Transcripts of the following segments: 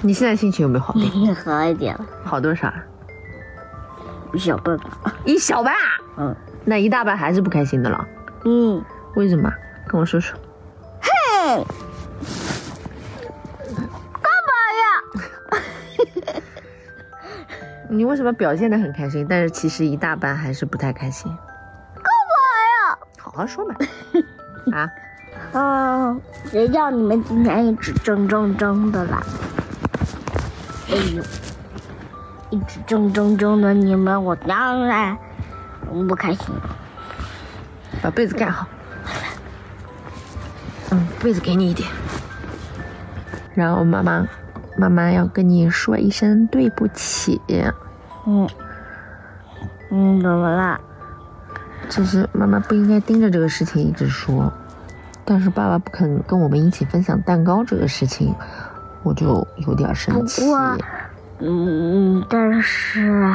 你现在心情有没有 好点？好一点了，好多啥？小笨吧。一小半，嗯那一大半还是不开心的了，嗯，为什么？跟我说说。嘿， 你为什么表现得很开心，但是其实一大半还是不太开心？干嘛呀？好好说嘛。啊，啊，谁叫你们今天一直争争争的啦？哎呦，一直争争争的你们，我当然不开心。把被子盖好。嗯，被子给你一点。然后妈妈，妈妈要跟你说一声对不起，嗯嗯，怎么啦？就是妈妈不应该盯着这个事情一直说，但是爸爸不肯跟我们一起分享蛋糕这个事情，我就有点生气不。过嗯，但是，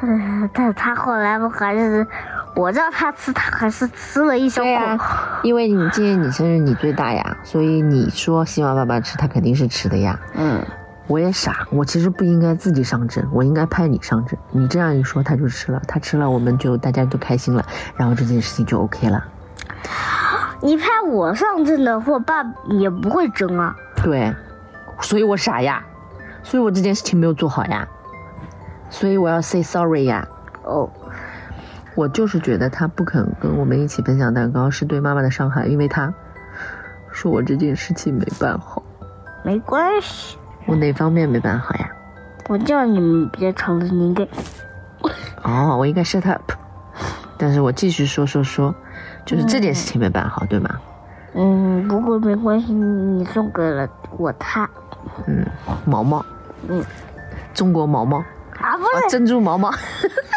但但他后来不还是，我让他吃，他还是吃了一小口。对啊呀、因为你今年你生日你最大呀，所以你说希望爸爸吃，他肯定是吃的呀。嗯，我也傻，我其实不应该自己上阵，我应该派你上阵。你这样一说，他就吃了，他吃了，我们就大家都开心了，然后这件事情就 OK 了。你派我上阵的话，爸也不会争啊。对，所以我傻呀，所以我这件事情没有做好呀，所以我要 say sorry 呀。哦，我就是觉得他不肯跟我们一起分享蛋糕是对妈妈的伤害，因为他说我这件事情没办好，没关系，我哪方面没办好呀？我叫你们别吵了，你给哦，我应该 shut up，但是我继续说说说，就是这件事情没办好，对吗？嗯，不过没关系，你送给了我他嗯，毛毛，嗯，中国毛毛啊，不啊，是珍珠毛毛，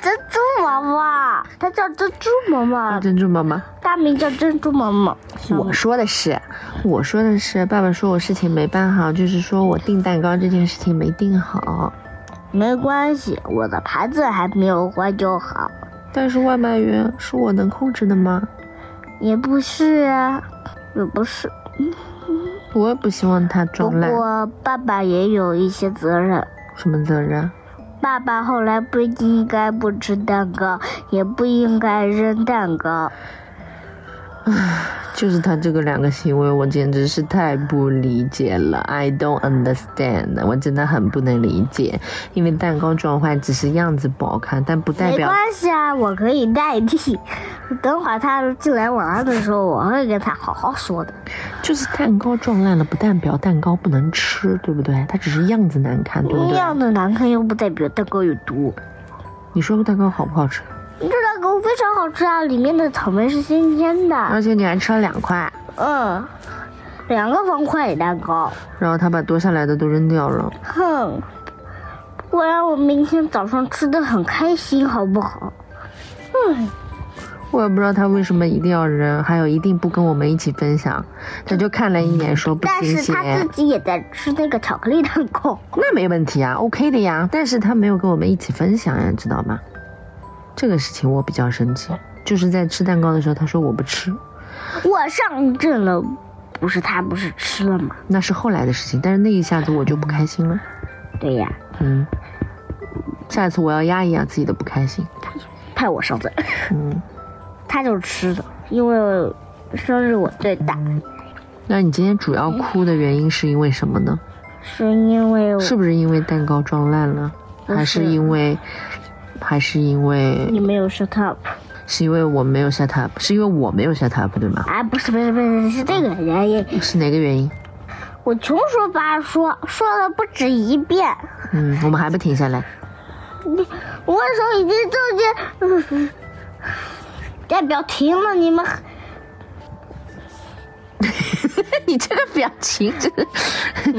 珍珠毛毛，他叫珍珠毛毛，珍珠毛毛。大名叫珍珠毛毛。我说的是，我说的是，爸爸说我事情没办好，就是说我订蛋糕这件事情没订好。没关系，我的盘子还没有坏就好。但是外卖员是我能控制的吗？也不是啊，也不是。我也不希望他不装烂，过爸爸也有一些责任。什么责任？爸爸后来不应该不吃蛋糕，也不应该扔蛋糕。就是他这个两个行为，我简直是太不理解了。I don't understand，我真的很不能理解。因为蛋糕撞坏只是样子不好看，但不代没表关系啊，我可以代替。等会儿他进来玩的时候，我会跟他好好说的。就是蛋糕撞烂了，不代表蛋糕不能吃，对不对？它只是样子难看，对不对？样的难看又不代表蛋糕有毒。你说蛋糕好不好吃？这蛋糕非常好吃啊，里面的草莓是新鲜的。而且你还吃了两块，嗯，两个方块蛋糕。然后他把多下来的都扔掉了。哼，不然我明天早上吃的很开心，好不好？我也不知道他为什么一定要扔，还有一定不跟我们一起分享。他就看了一眼说不但新是鲜。他自己也在吃那个巧克力蛋糕。那没问题啊，OK 的呀。但是他没有跟我们一起分享呀，知道吗？这个事情我比较生气，就是在吃蛋糕的时候，他说我不吃，我上阵了，不是他不是吃了吗？那是后来的事情。但是那一下子我就不开心了，对呀、嗯。下次我要压一压自己的不开心，派我上阵，嗯。他就吃的，因为生日我最大，那你今天主要哭的原因是因为什么呢？是因为我是不是因为蛋糕撞烂了，不是还是因为，还是因为你没有 shut up 是因为我没有 shut up，是因为我没有 shut up 对吗？啊？不是不是不是是这个原因，是哪个原因？我穷说八说，说了不止一遍。嗯，我们还不停下来。我手已经中间，嗯代哎表停了，你们 你这个表情，真的，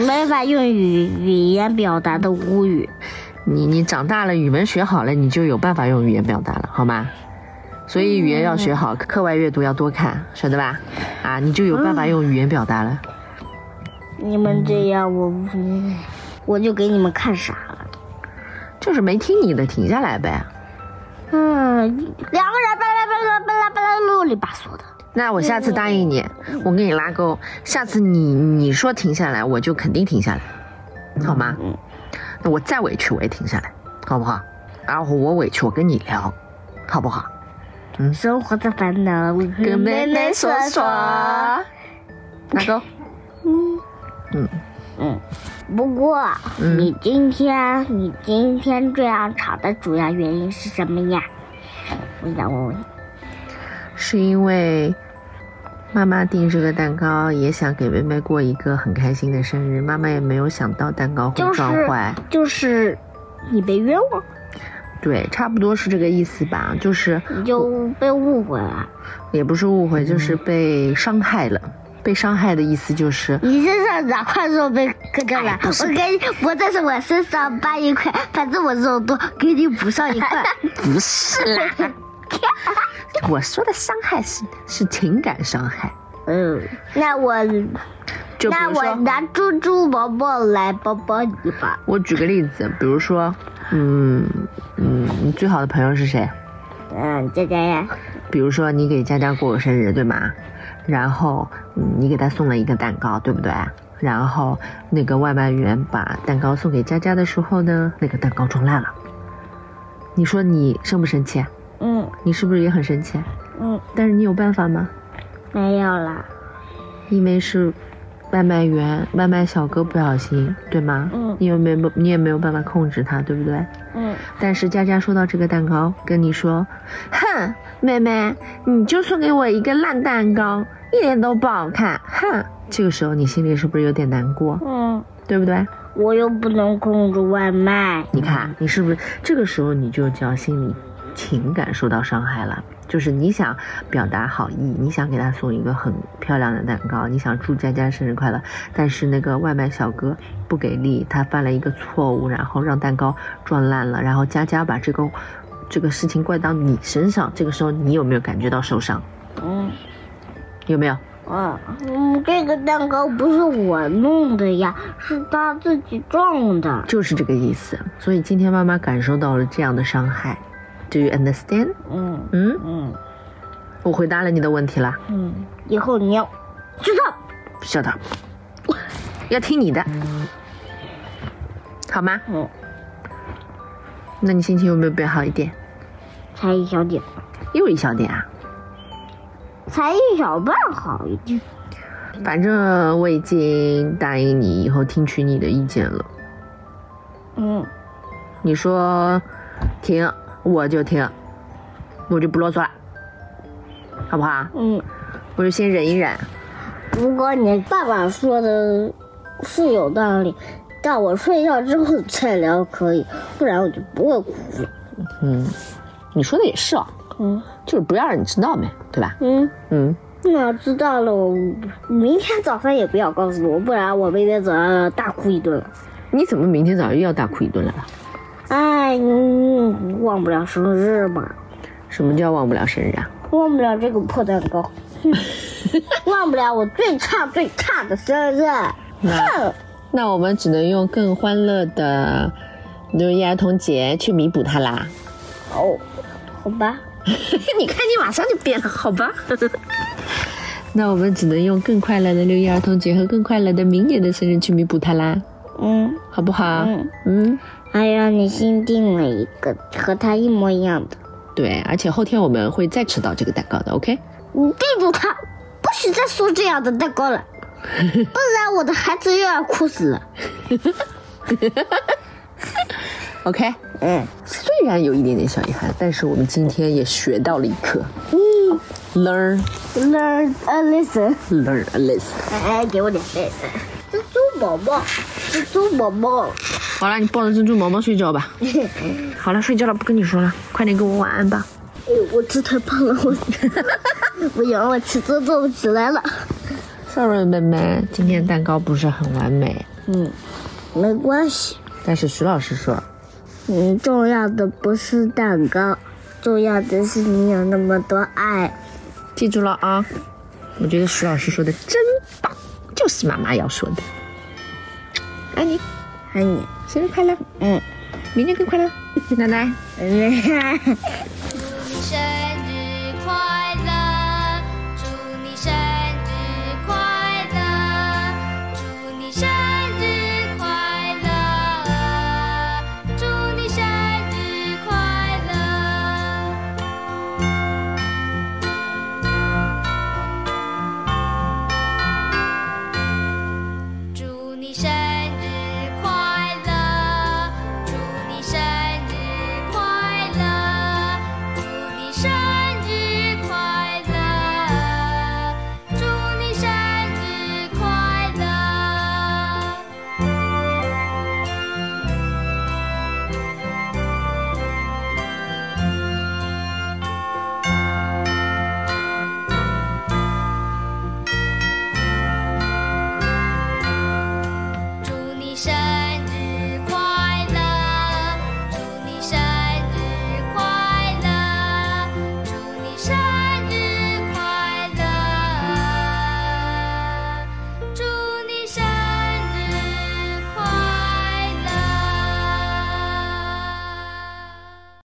没法用语语言表达的无语。 你你长大了，语文学好了，你就有办法用语言表达了，好吗？所以语言要学好，课外阅读要多看，晓得吧？啊，你就有办法用语言表达了。你们这样，我我就给你们看傻了。就是没听你的，停下来呗。嗯，两个人巴拉巴拉巴拉巴拉啰里吧嗦的。那我嗯下次答应你，我给你拉钩。下次你你说停下来，我就肯定停下来。好吗？那我再委屈我也停下来，好不好？然后我委屈我跟你聊，好不好？生活的烦恼跟妹妹说说，拿走。嗯，不过、嗯你今天你今天这样吵的主要原因是什么呀？我想问问你。是因为妈妈订这个蛋糕，也想给妹妹过一个很开心的生日。妈妈也没有想到蛋糕会就是撞坏，就是你被冤枉，对，差不多是这个意思吧。就是你就被误会了。也不是误会，就是嗯被伤害了。被伤害的意思就是，你身上哪块肉被割掉了？我给我在我身上扒一块，反正我肉多，给你补上一块。不是啦。 我说的伤害是是情感伤害，嗯，那我就比那如我说，拿猪猪毛毛来包包你吧。我举个例子，比如说，嗯嗯，你最好的朋友是谁？嗯，佳佳呀，比如说你给佳佳过个生日，对吗？然后嗯你给她送了一个蛋糕，对不对？然后那个外卖员把蛋糕送给佳佳的时候呢，那个蛋糕撞烂了。你说你生不生气？嗯你是不是也很生气？嗯，但是你有办法吗？没有了。因为是外卖员、外卖小哥不小心，对吗？嗯你有没有你也没有办法控制他，对不对？嗯，但是佳佳收到这个蛋糕，跟你说，哼，妹妹，你就送给我一个烂蛋糕，一点都不好看，哼。这个时候你心里是不是有点难过，嗯，对不对？我又不能控制外卖。你看，你是不是这个时候你就叫心理情感受到伤害了？就是你想表达好意，你想给她送一个很漂亮的蛋糕，你想祝佳佳生日快乐，但是那个外卖小哥不给力，他犯了一个错误，然后让蛋糕撞烂了，然后佳佳把这个这个事情怪到你身上，这个时候你有没有感觉到受伤？嗯有没有？嗯嗯，这个蛋糕不是我弄的呀，是他自己撞的。就是这个意思。所以今天妈妈感受到了这样的伤害，Do you understand？嗯嗯，嗯我回答了你的问题啦。嗯，以后你要知道。 Shut up！要听你的，好吗？嗯，那你心情有没有变好一点？才一小点，又一小点啊！才一小半好一点。反正我已经答应你以后听取你的意见了。嗯你说停，我就停，我就不啰嗦了，好不好？嗯，我就先忍一忍。如果你爸爸说的是有道理，但我睡觉之后再聊可以，不然我就不会哭了。嗯，你说的也是哦，嗯就是不要让你知道呗，对吧？嗯。嗯，那知道了，我明天早上也不要告诉我，不然我明天早上要大哭一顿了。你怎么明天早上又要大哭一顿了？哎，嗯忘不了生日嘛，什么叫忘不了生日啊？忘不了这个破蛋糕， 哼忘不了我最差最差的生日。哼，那我们只能用更欢乐的六一儿童节去弥补它啦。哦，好吧， 你看，你马上就变了，好吧？ 那我们只能用更快乐的六一儿童节和更快乐的明年的生日去弥补它啦，嗯好不好？嗯，嗯，还让你新订了一个和他一模一样的，对，而且后天我们会再吃到这个蛋糕的，OK？你记住他，不许再说这样的蛋糕了，不然我的孩子又要哭死了。 OK，嗯。虽然有一点点小遗憾，但是我们今天也学到了一课，learn Learn a lesson。 learn a lesson。哎，给我点哎哎，蜘蛛宝宝，蜘蛛宝宝，好了，你抱着珍珠毛毛睡觉吧。好了，睡觉了，不跟你说了，快点跟我晚安吧。哎呦，我吃太胖了，我不行，我吃都坐不起来了。 Sorry，妹妹，今天蛋糕不是很完美，嗯，没关系，但是徐老师说，嗯，重要的不是蛋糕，重要的是你有那么多爱。记住了啊。我觉得徐老师说的真棒，就是妈妈要说的。爱你，爱你，生日快乐，嗯，明天更快乐，奶奶。嗯。谁？